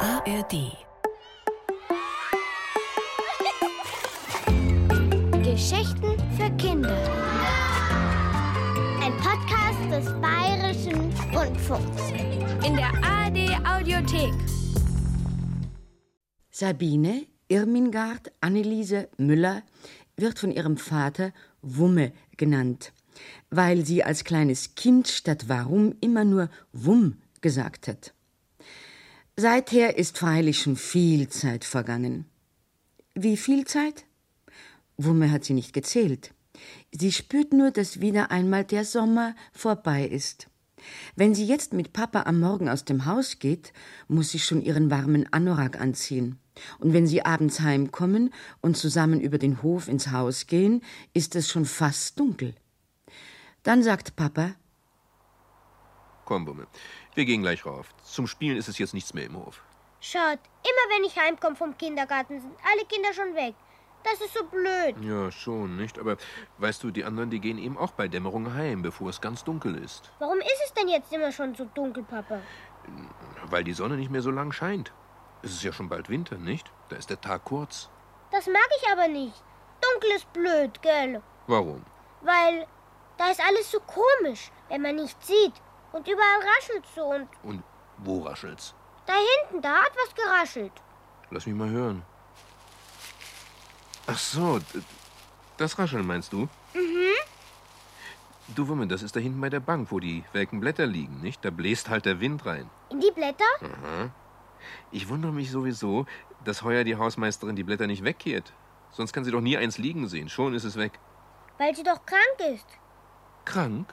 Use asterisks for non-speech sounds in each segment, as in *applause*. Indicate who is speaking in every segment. Speaker 1: ARD.
Speaker 2: Geschichten für Kinder. Ein Podcast des Bayerischen Rundfunks.
Speaker 3: In der ARD Audiothek.
Speaker 4: Sabine Irmingard Anneliese Müller wird von ihrem Vater Wumme genannt, weil sie als kleines Kind statt Warum immer nur Wumm gesagt hat. Seither ist freilich schon viel Zeit vergangen. Wie viel Zeit? Wumme hat sie nicht gezählt. Sie spürt nur, dass wieder einmal der Sommer vorbei ist. Wenn sie jetzt mit Papa am Morgen aus dem Haus geht, muss sie schon ihren warmen Anorak anziehen. Und wenn sie abends heimkommen und zusammen über den Hof ins Haus gehen, ist es schon fast dunkel. Dann sagt Papa,
Speaker 5: Komm, Bumme. Wir gehen gleich rauf. Zum Spielen ist es jetzt nichts mehr im Hof.
Speaker 2: Schaut, immer wenn ich heimkomme vom Kindergarten, sind alle Kinder schon weg. Das ist so blöd.
Speaker 5: Ja, schon, nicht? Aber weißt du, die anderen, die gehen eben auch bei Dämmerung heim, bevor es ganz dunkel ist.
Speaker 2: Warum ist es denn jetzt immer schon so dunkel, Papa?
Speaker 5: Weil die Sonne nicht mehr so lang scheint. Es ist ja schon bald Winter, nicht? Da ist der Tag kurz.
Speaker 2: Das mag ich aber nicht. Dunkel ist blöd, gell?
Speaker 5: Warum?
Speaker 2: Weil da ist alles so komisch, wenn man nichts sieht. Und überall raschelt so und
Speaker 5: Und wo raschelt's?
Speaker 2: da hinten, da hat was geraschelt.
Speaker 5: Lass mich mal hören. Ach so, d- das Rascheln meinst du? Mhm. Du Wumme, das ist da hinten bei der Bank, wo die welken Blätter liegen, nicht? Da bläst halt der Wind rein.
Speaker 2: In die Blätter?
Speaker 5: Ich wundere mich sowieso, dass heuer die Hausmeisterin die Blätter nicht wegkehrt. Sonst kann sie doch nie eins liegen sehen. Schon ist es weg.
Speaker 2: Weil sie doch krank ist.
Speaker 5: Krank?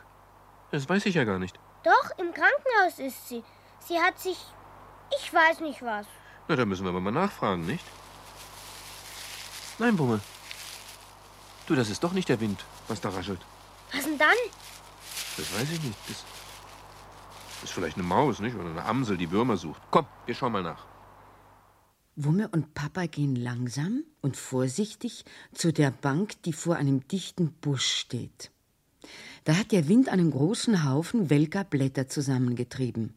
Speaker 5: Das weiß ich ja gar nicht.
Speaker 2: Doch, im Krankenhaus ist sie. Sie hat sich. Ich weiß nicht was.
Speaker 5: Na, da müssen wir aber mal nachfragen, nicht? Nein, Bumme. Du, das ist doch nicht der Wind, was da raschelt.
Speaker 2: Was denn dann?
Speaker 5: Das weiß ich nicht. Das ist vielleicht eine Maus, nicht? Oder eine Amsel, die Würmer sucht. Komm, wir schauen mal nach. *laughs*
Speaker 4: Wumme und Papa gehen langsam und vorsichtig zu der Bank, die vor einem dichten Busch steht. Da hat der Wind einen großen Haufen welker Blätter zusammengetrieben.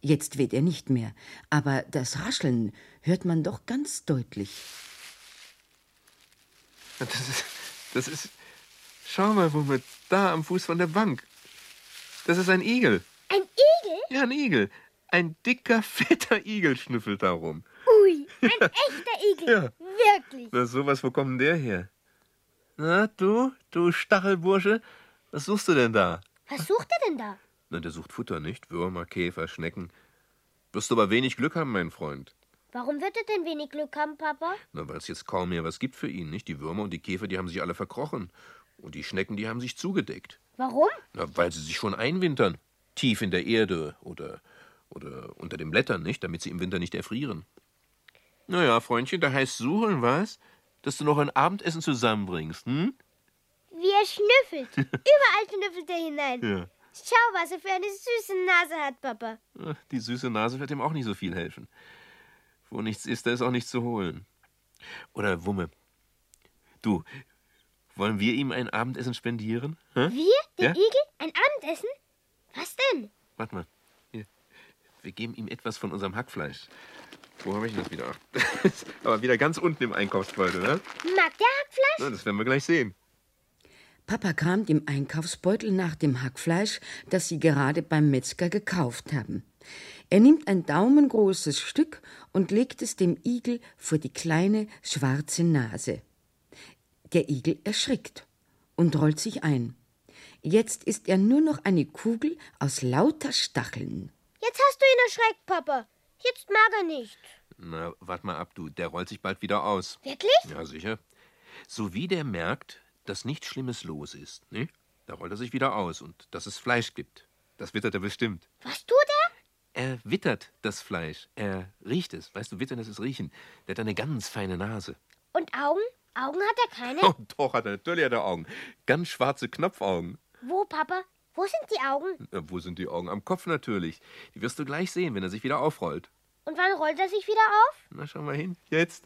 Speaker 4: Jetzt weht er nicht mehr, aber das Rascheln hört man doch ganz deutlich.
Speaker 5: Das ist, das ist. Schau mal, Wumme, da am Fuß von der Bank. Das ist ein Igel.
Speaker 2: Ein Igel?
Speaker 5: Ja, ein Igel. Ein dicker, *laughs* fetter Igel schnüffelt da rum.
Speaker 2: Ui, ein echter Igel.
Speaker 5: *laughs* Ja.
Speaker 2: Wirklich.
Speaker 5: Na, sowas, wo kommt denn der her? Na, du, du Stachelbursche, was suchst du denn da?
Speaker 2: Was sucht er denn da?
Speaker 5: Na, der sucht Futter, nicht? Würmer, Käfer, Schnecken. Wirst du aber wenig Glück haben, mein Freund.
Speaker 2: Warum wird er denn wenig Glück haben, Papa?
Speaker 5: Na, weil es jetzt kaum mehr was gibt für ihn, nicht? Die Würmer und die Käfer, die haben sich alle verkrochen. Und die Schnecken, die haben sich zugedeckt.
Speaker 2: Warum?
Speaker 5: Na, weil sie sich schon einwintern. Tief in der Erde oder, oder unter den Blättern, nicht? Damit sie im Winter nicht erfrieren. Naja, Freundchen, da heißt suchen, was? Dass du noch ein Abendessen zusammenbringst, hm?
Speaker 2: Wie er schnüffelt.
Speaker 5: *laughs*
Speaker 2: Überall schnüffelt er hinein.
Speaker 5: Ja.
Speaker 2: Schau, was er für eine süße Nase hat, Papa.
Speaker 5: Ach, Die süße Nase wird ihm auch nicht so viel helfen. Wo nichts ist, da ist auch nichts zu holen. Oder Wumme. Du, wollen wir ihm ein Abendessen spendieren? Hä?
Speaker 2: Wir? Den
Speaker 5: Ja?
Speaker 2: Igel? Ein Abendessen? Was denn?
Speaker 5: Warte mal. Hier. Wir geben ihm etwas von unserem Hackfleisch. Wo habe ich denn *laughs* das wieder? Aber wieder ganz unten im Einkaufsbeutel, ne?
Speaker 2: Mag der Hackfleisch?
Speaker 5: Na, das werden wir gleich sehen.
Speaker 4: Papa kramt im Einkaufsbeutel nach dem Hackfleisch, das sie gerade beim Metzger gekauft haben. Er nimmt ein daumengroßes Stück und legt es dem Igel vor die kleine schwarze Nase. Der Igel erschrickt und rollt sich ein. Jetzt ist er nur noch eine Kugel aus lauter Stacheln.
Speaker 2: Jetzt hast du ihn erschreckt, Papa. Jetzt mag er nicht.
Speaker 5: Na, warte mal ab, du. Der rollt sich bald wieder aus.
Speaker 2: Wirklich?
Speaker 5: Ja, sicher. So wie der merkt, dass nichts Schlimmes los ist, ne? Da rollt er sich wieder aus und dass es Fleisch gibt. Das wittert er bestimmt.
Speaker 2: Was tut er?
Speaker 5: Er wittert das Fleisch. Er riecht es. Weißt du, wittern, das ist riechen. Der hat eine ganz feine Nase.
Speaker 2: Und Augen? Augen hat er keine?
Speaker 5: Oh, *laughs* doch, hat er natürlich hat er Augen. Ganz schwarze Knopfaugen.
Speaker 2: Wo, Papa? Wo sind die Augen?
Speaker 5: Na, Äh, wo sind die Augen? Am Kopf natürlich. Die wirst du gleich sehen, wenn er sich wieder aufrollt.
Speaker 2: Und wann rollt er sich wieder auf?
Speaker 5: Na, schau mal hin. Jetzt.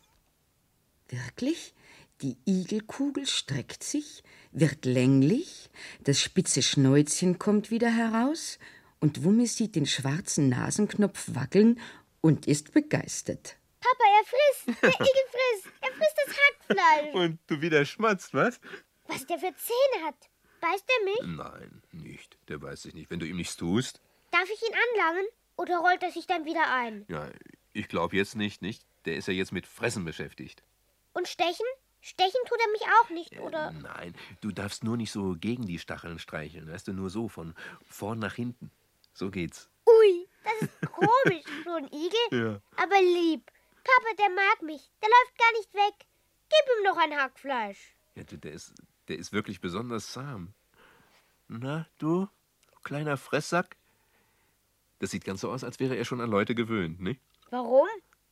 Speaker 4: Wirklich? Die Igelkugel streckt sich, wird länglich, das spitze Schnäuzchen kommt wieder heraus und Wumme sieht den schwarzen Nasenknopf wackeln und ist begeistert.
Speaker 2: Papa, er frisst.
Speaker 5: *laughs*
Speaker 2: Der Igel frisst. Er frisst das Hackfleisch.
Speaker 5: Und du wieder schmatzt, was?
Speaker 2: Was der für Zähne hat. Beißt er mich?
Speaker 5: Nein, nicht. Der weiß sich nicht. Wenn du ihm nichts tust.
Speaker 2: Darf ich ihn anlangen? Oder rollt er sich dann wieder ein?
Speaker 5: Ja, ich glaube jetzt nicht, nicht? Der ist ja jetzt mit Fressen beschäftigt.
Speaker 2: Und stechen? Stechen tut er mich auch nicht, oder?
Speaker 5: Nein, du darfst nur nicht so gegen die Stacheln streicheln, weißt du, nur so, von vorn nach hinten. So geht's.
Speaker 2: Ui, das ist komisch, so ein Igel. Aber lieb. Papa, der mag mich. Der läuft gar nicht weg. Gib ihm noch ein Hackfleisch.
Speaker 5: Ja, du, der ist, der ist wirklich besonders zahm. Na, du, kleiner Fresssack? Das sieht ganz so aus, als wäre er schon an Leute gewöhnt, nicht?
Speaker 2: Warum?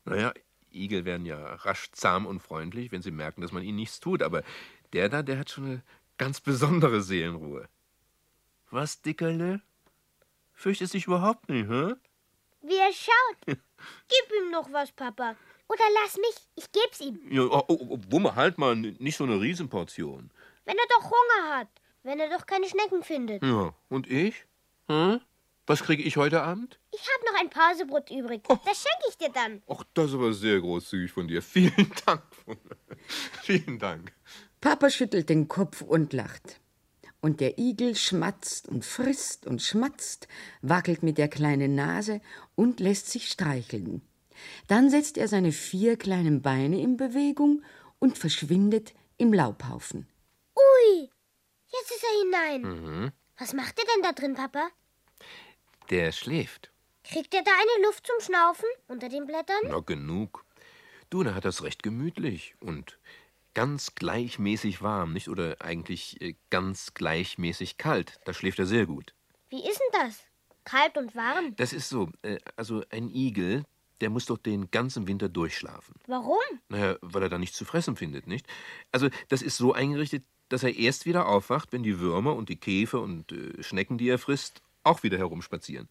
Speaker 5: Naja, Igel werden ja rasch zahm und freundlich, wenn sie merken, dass man ihnen nichts tut. Aber der da, der hat schon eine ganz besondere Seelenruhe. Was, Dickerle? Fürchtest dich überhaupt nicht, hä?
Speaker 2: Wie er schaut. Gib ihm noch was, Papa. Oder lass mich, ich geb's ihm.
Speaker 5: Ja, oh, oh, oh, Wumme, halt mal, n- nicht so eine Riesenportion.
Speaker 2: Wenn er doch Hunger hat. Wenn er doch keine Schnecken findet.
Speaker 5: Ja, und ich? Hä? Was kriege ich heute Abend?
Speaker 2: Ich hab noch ein Pausebrot übrig. Das schenke ich dir dann.
Speaker 5: Ach, das ist aber sehr großzügig von dir. *laughs* Vielen Dank. Wumme. Vielen Dank.
Speaker 4: Papa schüttelt den Kopf und lacht. Und der Igel schmatzt und frisst und schmatzt, wackelt mit der kleinen Nase und lässt sich streicheln. Dann setzt er seine vier kleinen Beine in Bewegung und verschwindet im Laubhaufen.
Speaker 2: Ui, jetzt ist er hinein. Was macht er denn da drin, Papa?
Speaker 5: Der schläft.
Speaker 2: Kriegt er da eine Luft zum Schnaufen unter den Blättern?
Speaker 5: Na, genug. Du, da hat das recht gemütlich und ganz gleichmäßig warm, nicht? Oder eigentlich äh, ganz gleichmäßig kalt. Da schläft er sehr gut.
Speaker 2: Wie ist denn das? Kalt und warm.
Speaker 5: Das ist so. Äh, also ein Igel, der muss doch den ganzen Winter durchschlafen.
Speaker 2: Warum?
Speaker 5: Naja, weil er da nichts zu fressen findet, nicht? Also, das ist so eingerichtet, dass er erst wieder aufwacht, wenn die Würmer und die Käfer und äh, Schnecken, die er frisst, auch wieder herumspazieren.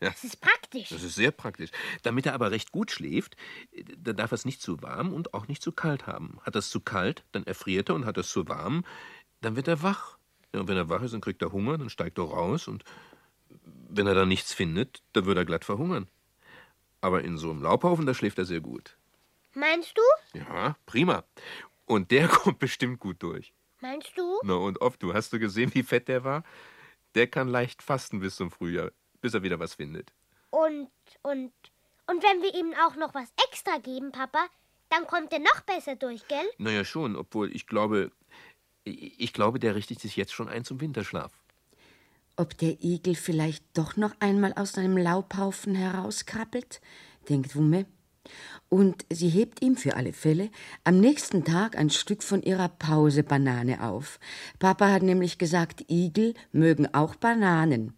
Speaker 2: Das ist praktisch.
Speaker 5: Das ist sehr praktisch. Damit er aber recht gut schläft, äh, da darf er es nicht zu warm und auch nicht zu kalt haben. Hat er es zu kalt, dann erfriert er und hat er es zu warm, dann wird er wach. Ja, und wenn er wach ist, dann kriegt er Hunger, dann steigt er raus und wenn er dann nichts findet, dann wird er glatt verhungern. Aber in so einem Laubhaufen, da schläft er sehr gut.
Speaker 2: Meinst du?
Speaker 5: Ja, prima. Und der *laughs* kommt bestimmt gut durch.
Speaker 2: Meinst du?
Speaker 5: Na und oft, du hast du gesehen, wie fett der war? Der kann leicht fasten bis zum Frühjahr, bis er wieder was findet.
Speaker 2: Und, und, und wenn wir ihm auch noch was extra geben, Papa, dann kommt er noch besser durch, gell?
Speaker 5: Naja, schon, obwohl ich glaube, ich glaube, der richtet sich jetzt schon ein zum Winterschlaf.
Speaker 4: Ob der Igel vielleicht doch noch einmal aus seinem Laubhaufen herauskrabbelt, denkt Wumme. Und sie hebt ihm für alle Fälle am nächsten Tag ein Stück von ihrer Pausebanane auf. Papa hat nämlich gesagt, Igel mögen auch Bananen.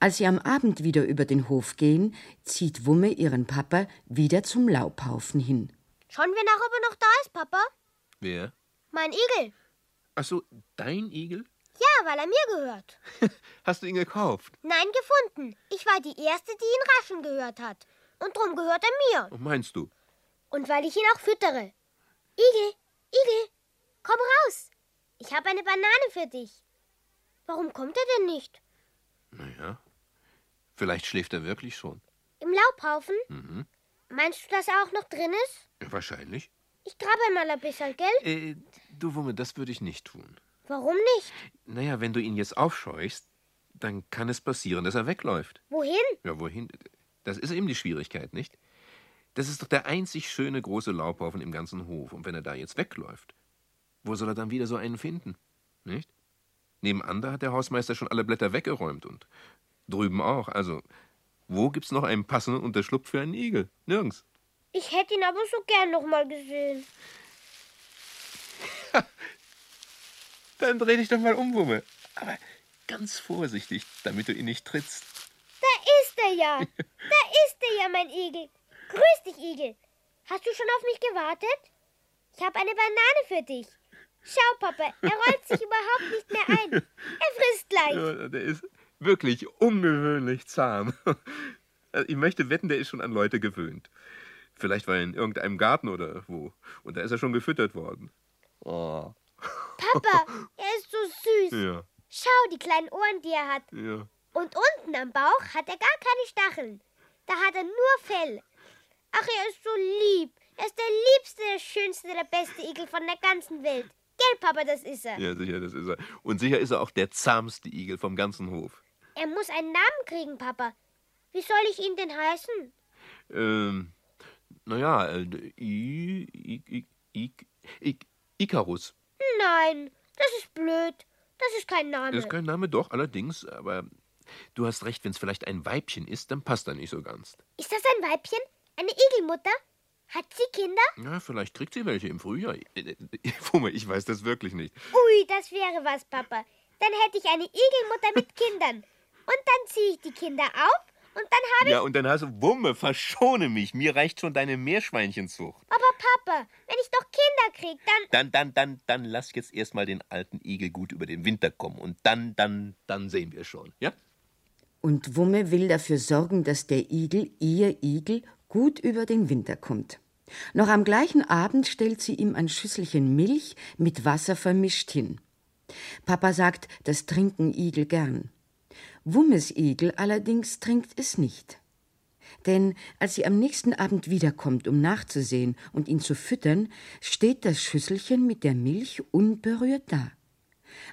Speaker 4: Als sie am Abend wieder über den Hof gehen, zieht Wumme ihren Papa wieder zum Laubhaufen hin.
Speaker 2: Schauen wir nach, ob er noch da ist, Papa.
Speaker 5: Wer?
Speaker 2: Mein Igel.
Speaker 5: Ach so, dein Igel?
Speaker 2: Ja, weil er mir gehört.
Speaker 5: Hast du ihn gekauft?
Speaker 2: Nein, gefunden. Ich war die Erste, die ihn raschen gehört hat. Und drum gehört er mir.
Speaker 5: Oh, meinst du?
Speaker 2: Und weil ich ihn auch füttere. Igel, Igel, komm raus. Ich habe eine Banane für dich. Warum kommt er denn nicht?
Speaker 5: Naja, vielleicht schläft er wirklich schon.
Speaker 2: Im Laubhaufen? Meinst du, dass er auch noch drin ist?
Speaker 5: Ja, wahrscheinlich.
Speaker 2: Ich grabe mal ein bisschen, gell?
Speaker 5: Äh, du Wumme, das würde ich nicht tun.
Speaker 2: Warum nicht?
Speaker 5: Naja, wenn du ihn jetzt aufscheuchst, dann kann es passieren, dass er wegläuft.
Speaker 2: Wohin?
Speaker 5: Ja, wohin? Das ist eben die Schwierigkeit, nicht? Das ist doch der einzig schöne große Laubhaufen im ganzen Hof. Und wenn er da jetzt wegläuft, wo soll er dann wieder so einen finden? Nicht? Nebenan da hat der Hausmeister schon alle Blätter weggeräumt und drüben auch. Also, wo gibt's noch einen passenden Unterschlupf für einen Igel? Nirgends.
Speaker 2: Ich hätte ihn aber so gern noch mal gesehen.
Speaker 5: Dann dreh dich doch mal um, Wumme. Aber ganz vorsichtig, damit du ihn nicht trittst.
Speaker 2: Da ist er ja. Da ist er ja, mein Igel. Grüß dich, Igel. Hast du schon auf mich gewartet? Ich habe eine Banane für dich. Schau, Papa, er rollt sich *laughs* überhaupt nicht mehr ein. Er frisst gleich.
Speaker 5: Ja, Äh, der ist wirklich ungewöhnlich zahm. *laughs* Also Ich möchte wetten, der ist schon an Leute gewöhnt. Vielleicht war er in irgendeinem Garten oder wo. Und da ist er schon gefüttert worden. Oh.
Speaker 2: Papa, er ist so süß.
Speaker 5: Ja,
Speaker 2: Schau die kleinen Ohren, die er hat.
Speaker 5: ja.
Speaker 2: Und unten am Bauch hat er gar keine Stacheln. Da hat er nur Fell. Ach, er ist so lieb. Er ist der liebste, der schönste, der beste Igel von der ganzen Welt. Gell, Papa, das ist er.
Speaker 5: Ja, sicher, das ist er. Und sicher ist er auch der zahmste Igel vom ganzen Hof.
Speaker 2: Er muss einen Namen kriegen, Papa. Wie soll ich ihn denn heißen?
Speaker 5: Ähm, naja, äh, I, I, I, I, I, Icarus.
Speaker 2: Nein, das ist blöd. Das ist kein Name.
Speaker 5: Das ist kein Name, doch, allerdings, aber du hast recht, wenn es vielleicht ein Weibchen ist, dann passt er nicht so ganz.
Speaker 2: ist das ein Weibchen? Eine Igelmutter? Hat sie Kinder?
Speaker 5: Ja, vielleicht kriegt sie welche im Frühjahr. *laughs* Wumme, ich weiß das wirklich nicht.
Speaker 2: Ui, das wäre was, Papa. Dann hätte ich eine Igelmutter
Speaker 5: *laughs*
Speaker 2: mit Kindern. Und dann ziehe ich die Kinder auf und dann habe ich.
Speaker 5: Ja, und dann hast du, Wumme, verschone mich, mir reicht schon deine Meerschweinchenzucht.
Speaker 2: Aber Papa, wenn ich doch Kinder kriege, dann.
Speaker 5: Dann, dann, dann, dann lass jetzt erstmal den alten Igel gut über den Winter kommen und dann, dann, dann sehen wir schon, ja?
Speaker 4: Und Wumme will dafür sorgen, dass der Igel, ihr Igel, gut über den Winter kommt. Noch am gleichen Abend stellt sie ihm ein Schüsselchen Milch mit Wasser vermischt hin. Papa sagt, das trinken Igel gern. Wummes Igel allerdings trinkt es nicht. Denn als sie am nächsten Abend wiederkommt, um nachzusehen und ihn zu füttern, steht das Schüsselchen mit der Milch unberührt da.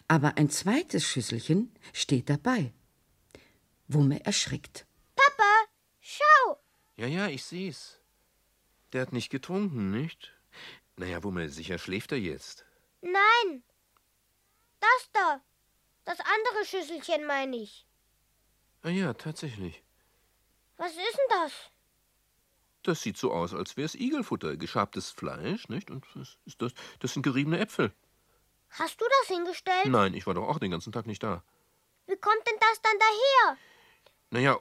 Speaker 4: Aber ein zweites Schüsselchen steht dabei. Wumme erschrickt.
Speaker 2: Papa, schau!
Speaker 5: Ja, ja, ich seh's. Der hat nicht getrunken, nicht? Naja, Wumme, sicher schläft er jetzt.
Speaker 2: Nein! Das da! Das andere Schüsselchen meine ich.
Speaker 5: Ah ja, tatsächlich.
Speaker 2: Was ist denn das?
Speaker 5: Das sieht so aus, als wär's Igelfutter. Geschabtes Fleisch, nicht? Und was ist das? Das sind geriebene Äpfel.
Speaker 2: Hast du das hingestellt?
Speaker 5: Nein, ich war doch auch den ganzen Tag nicht da.
Speaker 2: Wie kommt denn das dann daher?
Speaker 5: Naja,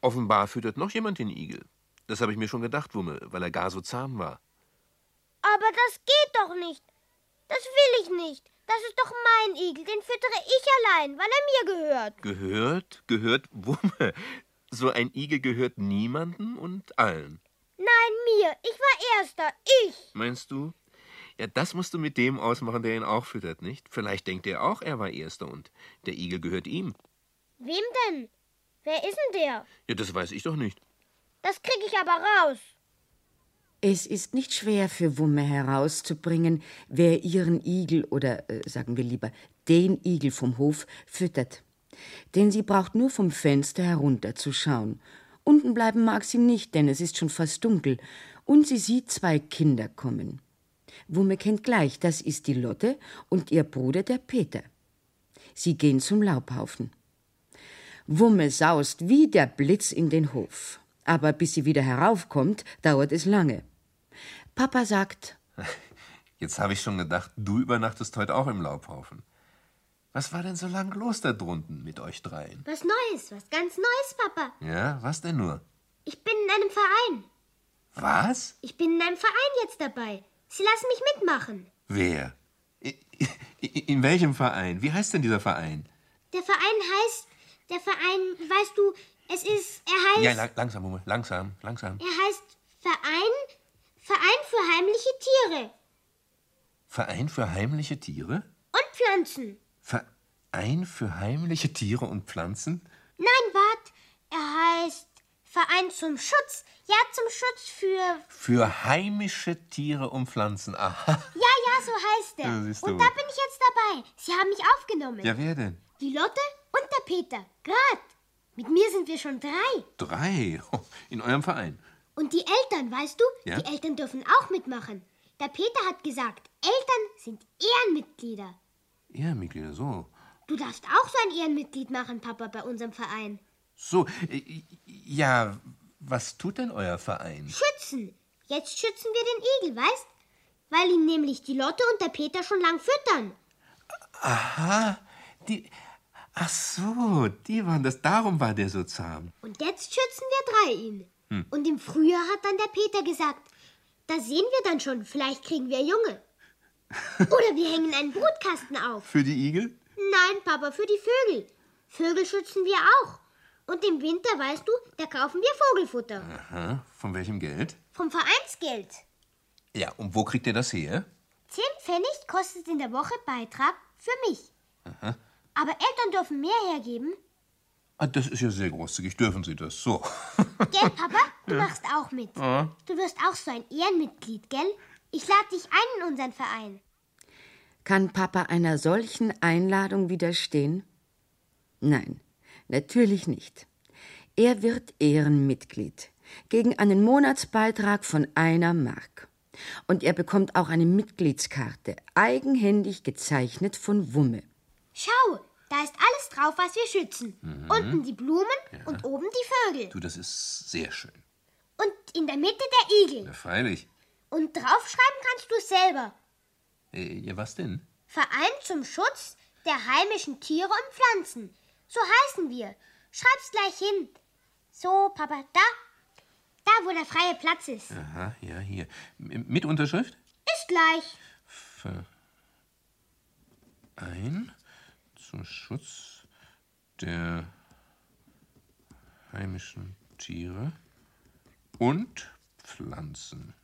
Speaker 5: offenbar füttert noch jemand den Igel. Das habe ich mir schon gedacht, Wumme, weil er gar so zahm war.
Speaker 2: Aber das geht doch nicht. Das will ich nicht. Das ist doch mein Igel. Den füttere ich allein, weil er mir gehört.
Speaker 5: Gehört, gehört, Wumme. *laughs* So ein Igel gehört niemandem und allen.
Speaker 2: Nein, mir. Ich war erster. Ich.
Speaker 5: Meinst du? Ja, das musst du mit dem ausmachen, der ihn auch füttert, nicht? Vielleicht denkt er auch, er war Erster und der Igel gehört ihm.
Speaker 2: Wem denn? Wer ist denn der?
Speaker 5: Ja, das weiß ich doch nicht.
Speaker 2: Das krieg ich aber raus.
Speaker 4: Es ist nicht schwer für Wumme herauszubringen, wer ihren Igel oder äh, sagen wir lieber den Igel vom Hof füttert. Denn sie braucht nur vom Fenster herunterzuschauen. Unten bleiben mag sie nicht, denn es ist schon fast dunkel, und sie sieht zwei Kinder kommen. Wumme kennt gleich, das ist die Lotte und ihr Bruder der Peter. Sie gehen zum Laubhaufen. Wumme saust wie der Blitz in den Hof. Aber bis sie wieder heraufkommt, dauert es lange. Papa sagt,
Speaker 5: Jetzt habe ich schon gedacht, du übernachtest heute auch im Laubhaufen. Was war denn so lang los da drunten mit euch dreien?
Speaker 2: Was Neues, was ganz Neues, Papa.
Speaker 5: Ja, was denn nur?
Speaker 2: Ich bin in einem Verein.
Speaker 5: Was?
Speaker 2: Ich bin in einem Verein jetzt dabei. Sie lassen mich mitmachen.
Speaker 5: Wer? I- i- In welchem Verein? Wie heißt denn dieser Verein?
Speaker 2: Der Verein heißt. Der Verein, weißt du, es ist. Er heißt.
Speaker 5: Ja, la langsam, Mumme, langsam, langsam.
Speaker 2: er heißt Verein. Verein für heimliche Tiere
Speaker 5: Verein für heimliche Tiere?
Speaker 2: und Pflanzen.
Speaker 5: Verein für heimliche Tiere und Pflanzen?
Speaker 2: Nein, wart. Er heißt Verein zum Schutz. Ja, zum Schutz für
Speaker 5: Für heimische Tiere und Pflanzen. Aha.
Speaker 2: Ja, ja, so heißt er.
Speaker 5: Ja, siehst du
Speaker 2: und da
Speaker 5: wohl.
Speaker 2: bin ich jetzt dabei. Sie haben mich aufgenommen.
Speaker 5: Ja, wer denn?
Speaker 2: Die Lotte und der Peter. Grad. Mit mir sind wir schon drei.
Speaker 5: Drei. In eurem Verein.
Speaker 2: Und die Eltern, weißt du?
Speaker 5: Ja.
Speaker 2: Die Eltern dürfen auch mitmachen. Der Peter hat gesagt, Eltern sind Ehrenmitglieder.
Speaker 5: Ehrenmitglieder, so.
Speaker 2: Du darfst auch so ein Ehrenmitglied machen, Papa, bei unserem Verein.
Speaker 5: So, äh, ja, was tut denn euer Verein?
Speaker 2: Schützen. Jetzt schützen wir den Igel, weißt? Weil ihn nämlich die Lotte und der Peter schon lang füttern.
Speaker 5: Aha, die. Ach so, die waren das. Darum war der so zahm.
Speaker 2: Und jetzt schützen wir drei ihn. Und im Frühjahr hat dann der Peter gesagt, da sehen wir dann schon, vielleicht kriegen wir Junge. Oder wir hängen einen Brutkasten auf.
Speaker 5: Für die Igel?
Speaker 2: Nein, Papa, für die Vögel. Vögel schützen wir auch. Und im Winter, weißt du, da kaufen wir Vogelfutter.
Speaker 5: Aha, von welchem Geld?
Speaker 2: Vom Vereinsgeld.
Speaker 5: Ja, und wo kriegt ihr das her?
Speaker 2: Zehn Pfennig kostet in der Woche Beitrag für mich. Aber Eltern dürfen mehr hergeben.
Speaker 5: Ah, das ist ja sehr großzügig. Dürfen Sie das? So.
Speaker 2: Gell, Papa? Du machst auch mit. Du wirst auch so ein Ehrenmitglied, gell? Ich lade dich ein in unseren Verein.
Speaker 4: Kann Papa einer solchen Einladung widerstehen? Nein, natürlich nicht. Er wird Ehrenmitglied gegen einen Monatsbeitrag von einer Mark. Und er bekommt auch eine Mitgliedskarte, eigenhändig gezeichnet von Wumme.
Speaker 2: Schau, da ist alles drauf, was wir schützen. Unten die Blumen und oben die Vögel.
Speaker 5: *laughs* Du, das ist sehr schön.
Speaker 2: Und in der Mitte der Igel.
Speaker 5: Ja, freilich.
Speaker 2: Und draufschreiben kannst du es selber.
Speaker 5: Äh, ja, was denn?
Speaker 2: Verein zum Schutz der heimischen Tiere und Pflanzen. So heißen wir. Schreib's gleich hin. So, Papa, da. Da, wo der freie Platz ist.
Speaker 5: Aha, ja, hier. M mit Unterschrift?
Speaker 2: Ist gleich.
Speaker 5: Ein zum Schutz der heimischen Tiere und Pflanzen.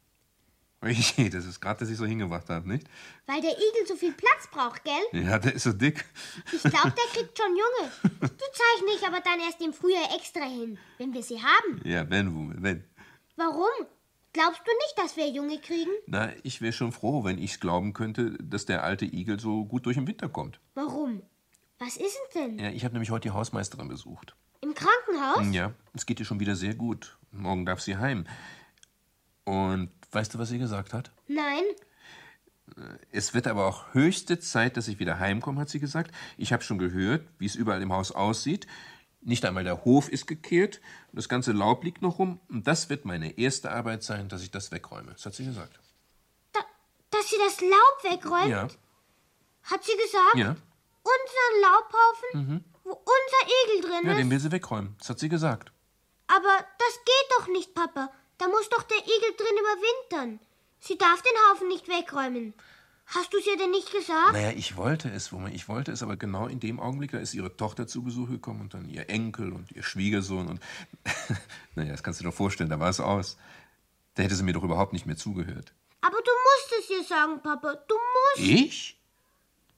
Speaker 5: Oje, *laughs* das ist gerade, dass ich so hingebracht habe, nicht?
Speaker 2: Weil der Igel so viel Platz braucht, gell?
Speaker 5: Ja, der ist so dick.
Speaker 2: Ich glaube, der kriegt schon Junge. Die zeichne ich aber dann erst im Frühjahr extra hin, wenn wir sie haben.
Speaker 5: Ja, wenn, Wumme, wenn.
Speaker 2: Warum? Glaubst du nicht, dass wir Junge kriegen?
Speaker 5: Na, ich wäre schon froh, wenn ich's glauben könnte, dass der alte Igel so gut durch den Winter kommt.
Speaker 2: Warum? Was ist es denn?
Speaker 5: Ja, ich habe nämlich heute die Hausmeisterin besucht.
Speaker 2: Im Krankenhaus?
Speaker 5: Ja, es geht ihr schon wieder sehr gut. Morgen darf sie heim. Und weißt du, was sie gesagt hat?
Speaker 2: Nein.
Speaker 5: Es wird aber auch höchste Zeit, dass ich wieder heimkomme, hat sie gesagt. Ich habe schon gehört, wie es überall im Haus aussieht. Nicht einmal der Hof ist gekehrt. Das ganze Laub liegt noch rum. Und das wird meine erste Arbeit sein, dass ich das wegräume. Das hat sie gesagt.
Speaker 2: Da, dass sie das Laub wegräumt?
Speaker 5: Ja,
Speaker 2: Hat sie gesagt?
Speaker 5: Ja. Mhm.
Speaker 2: Unseren Laubhaufen, wo unser Egel drin
Speaker 5: ja, den
Speaker 2: ist.
Speaker 5: will sie wegräumen. Das hat sie gesagt.
Speaker 2: Aber das geht doch nicht, Papa. Da muss doch der Igel drin überwintern. Sie darf den Haufen nicht wegräumen. Hast du es ihr denn nicht gesagt?
Speaker 5: Naja, ich wollte es, Wumme, ich wollte es, aber genau in dem Augenblick, da ist ihre Tochter zu Besuch gekommen und dann ihr Enkel und ihr Schwiegersohn und. *laughs* naja, das kannst du dir doch vorstellen, da war es aus. Da hätte sie mir doch überhaupt nicht mehr zugehört.
Speaker 2: Aber du musst es ihr sagen, Papa. Du musst.
Speaker 5: Ich?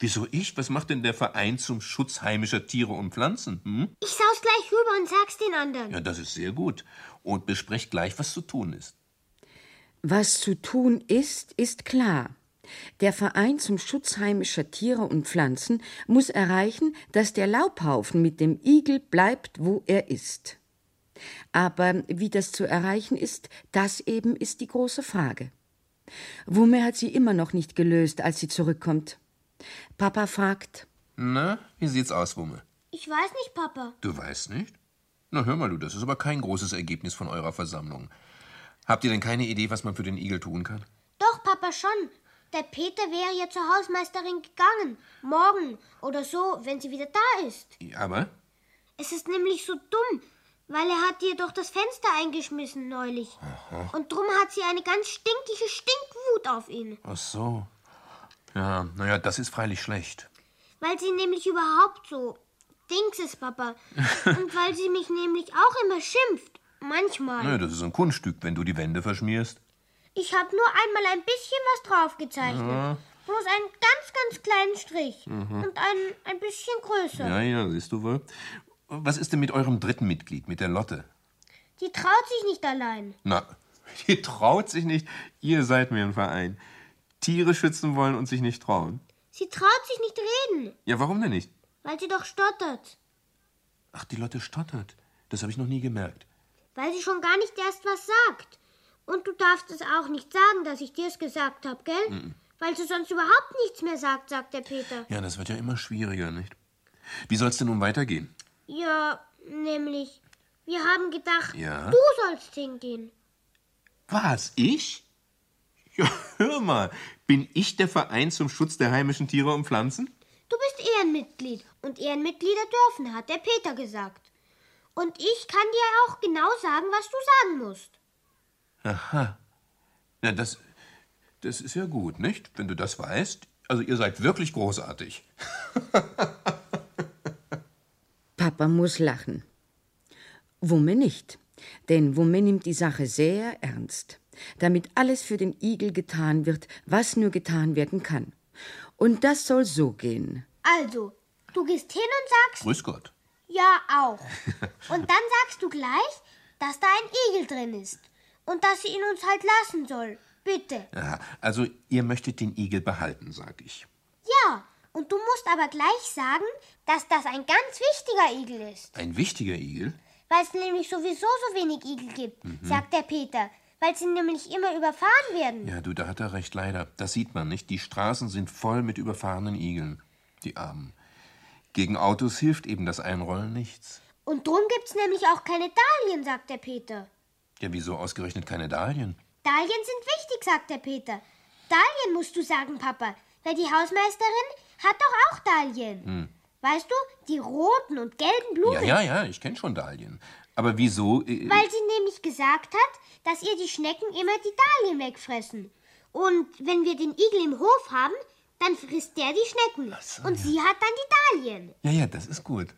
Speaker 5: Wieso ich? Was macht denn der Verein zum Schutz heimischer Tiere und Pflanzen? Hm?
Speaker 2: Ich saus gleich rüber und sag's den anderen.
Speaker 5: Ja, das ist sehr gut. Und besprecht gleich, was zu tun ist.
Speaker 4: Was zu tun ist, ist klar. Der Verein zum Schutz heimischer Tiere und Pflanzen muss erreichen, dass der Laubhaufen mit dem Igel bleibt, wo er ist. Aber wie das zu erreichen ist, das eben ist die große Frage. Wumme hat sie immer noch nicht gelöst, als sie zurückkommt. Papa fragt,
Speaker 5: Na, wie sieht's aus, Wumme?
Speaker 2: Ich weiß nicht, Papa.
Speaker 5: Du weißt nicht? Na, hör mal, du, das ist aber kein großes Ergebnis von eurer Versammlung. Habt ihr denn keine Idee, was man für den Igel tun kann?
Speaker 2: Doch, Papa schon. Der Peter wäre ja zur Hausmeisterin gegangen. Morgen oder so, wenn sie wieder da ist.
Speaker 5: Aber?
Speaker 2: Es ist nämlich so dumm, weil er hat ihr doch das Fenster eingeschmissen neulich. Und drum hat sie eine ganz stinkliche Stinkwut auf ihn.
Speaker 5: Ach so. Ja, naja, das ist freilich schlecht.
Speaker 2: Weil sie nämlich überhaupt so Dings ist, Papa. Und weil sie mich nämlich auch immer schimpft. Manchmal.
Speaker 5: Naja, das ist ein Kunststück, wenn du die Wände verschmierst.
Speaker 2: Ich habe nur einmal ein bisschen was draufgezeichnet. Bloß einen ganz, ganz kleinen Strich. Und einen ein bisschen größer.
Speaker 5: Mhm. Ja, ja, siehst du wohl. Was ist denn mit eurem dritten Mitglied, mit der Lotte?
Speaker 2: Die traut sich nicht allein.
Speaker 5: Na, *laughs* die traut sich nicht. Ihr seid mir im Verein. Tiere schützen wollen und sich nicht trauen.
Speaker 2: Sie traut sich nicht reden,
Speaker 5: Ja, warum denn nicht?
Speaker 2: weil sie doch stottert.
Speaker 5: Ach, die Lotte stottert. Das habe ich noch nie gemerkt.
Speaker 2: Weil sie schon gar nicht erst was sagt. Und du darfst es auch nicht sagen, dass ich dir's gesagt habe, gell?
Speaker 5: Mhm.
Speaker 2: Weil sie sonst überhaupt nichts mehr sagt, sagt der Peter.
Speaker 5: Ja, das wird ja immer schwieriger, nicht? Wie soll's denn nun weitergehen?
Speaker 2: Ja, nämlich, wir haben gedacht,
Speaker 5: Ja?
Speaker 2: du sollst hingehen.
Speaker 5: Was, ich? Ja, *laughs* hör mal. Bin ich der Verein zum Schutz der heimischen Tiere und Pflanzen?
Speaker 2: Du bist Ehrenmitglied und Ehrenmitglieder dürfen, hat der Peter gesagt. Und ich kann dir auch genau sagen, was du sagen musst.
Speaker 5: Aha. Na, das, das ist ja gut, nicht? Wenn du das weißt. Also ihr seid wirklich großartig.
Speaker 4: Papa muss lachen. Wumme nicht, denn Wumme nimmt die Sache sehr ernst, damit alles für den Igel getan wird, was nur getan werden kann. Und das soll so gehen.
Speaker 2: Also, du gehst hin und sagst,
Speaker 5: Grüß Gott.
Speaker 2: Ja, auch. Und dann sagst du gleich, dass da ein Igel drin ist. Und dass sie ihn uns halt lassen soll. Bitte.
Speaker 5: Aha, also ihr möchtet den Igel behalten, sag ich.
Speaker 2: Ja, und du musst aber gleich sagen, dass das ein ganz wichtiger Igel ist.
Speaker 5: Ein wichtiger Igel?
Speaker 2: Weil es nämlich sowieso so wenig Igel gibt, sagt der Peter. Weil sie nämlich immer überfahren werden.
Speaker 5: Ja, du, da hat er recht, leider. Das sieht man nicht. Die Straßen sind voll mit überfahrenen Igeln. Die Armen. Gegen Autos hilft eben das Einrollen nichts.
Speaker 2: Und drum gibt's nämlich auch keine Dahlien, sagt der Peter.
Speaker 5: Ja, wieso ausgerechnet keine Dahlien?
Speaker 2: Dahlien sind wichtig, sagt der Peter. Dahlien musst du sagen, Papa, weil die Hausmeisterin hat doch auch Dahlien. Weißt du, die roten und gelben
Speaker 5: Hm. Ja,
Speaker 2: Blumen.
Speaker 5: ja, ja, ich kenne schon Dahlien. Aber wieso? Äh,
Speaker 2: Weil sie nämlich gesagt hat, dass ihr die Schnecken immer die Dahlien wegfressen. Und wenn wir den Igel im Hof haben, dann frisst der die Schnecken. und sie hat dann die Dahlien.
Speaker 5: ja, ja, das ist gut.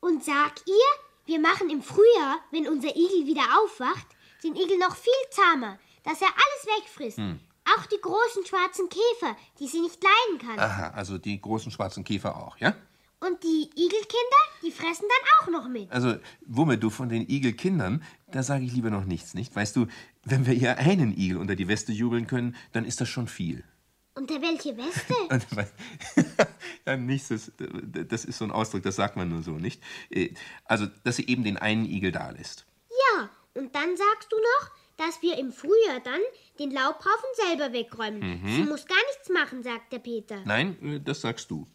Speaker 2: Und sag ihr, wir machen im Frühjahr, wenn unser Igel wieder aufwacht, den Igel noch viel zahmer, dass er alles wegfrisst. Auch die großen schwarzen Käfer, die sie nicht leiden kann.
Speaker 5: Aha, also die großen schwarzen Käfer auch, ja?
Speaker 2: Und die Igelkinder, die fressen dann auch noch mit.
Speaker 5: Also, Wumme, du von den Igelkindern, da sage ich lieber noch nichts, nicht? Weißt du, wenn wir ihr einen Igel unter die Weste jubeln können, dann ist das schon viel. *laughs*
Speaker 2: Unter welche Weste?
Speaker 5: Und was- *laughs* ja, nichts, das, das ist so ein Ausdruck, das sagt man nur so, nicht? Äh, Also, dass sie eben den einen Igel da lässt.
Speaker 2: ja, und dann sagst du noch, dass wir im Frühjahr dann den Laubhaufen selber wegräumen. Sie muss gar nichts machen, sagt der Peter.
Speaker 5: Nein, äh, das sagst du.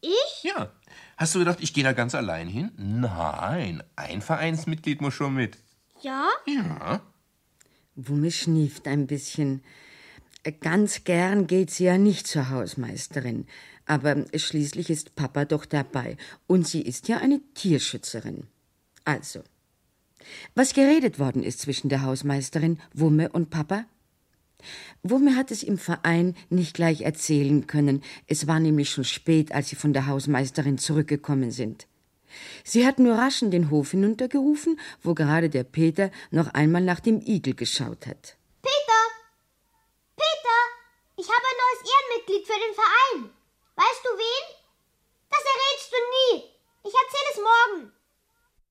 Speaker 2: Ich?
Speaker 5: Ja. Hast du gedacht, ich gehe da ganz allein hin? Nein, ein Vereinsmitglied muss schon mit.
Speaker 2: Ja?
Speaker 5: Ja.
Speaker 4: Wumme schnieft ein bisschen. Ganz gern geht sie ja nicht zur Hausmeisterin, aber schließlich ist Papa doch dabei und sie ist ja eine Tierschützerin. Also, was geredet worden ist zwischen der Hausmeisterin, Wumme und Papa? Wumme hat es im Verein nicht gleich erzählen können, es war nämlich schon spät, als sie von der Hausmeisterin zurückgekommen sind. Sie hat nur raschen den Hof hinuntergerufen, wo gerade der Peter noch einmal nach dem Igel geschaut hat.
Speaker 2: Peter! Peter! Ich habe ein neues Ehrenmitglied für den Verein. Weißt du wen? Das errätst du nie.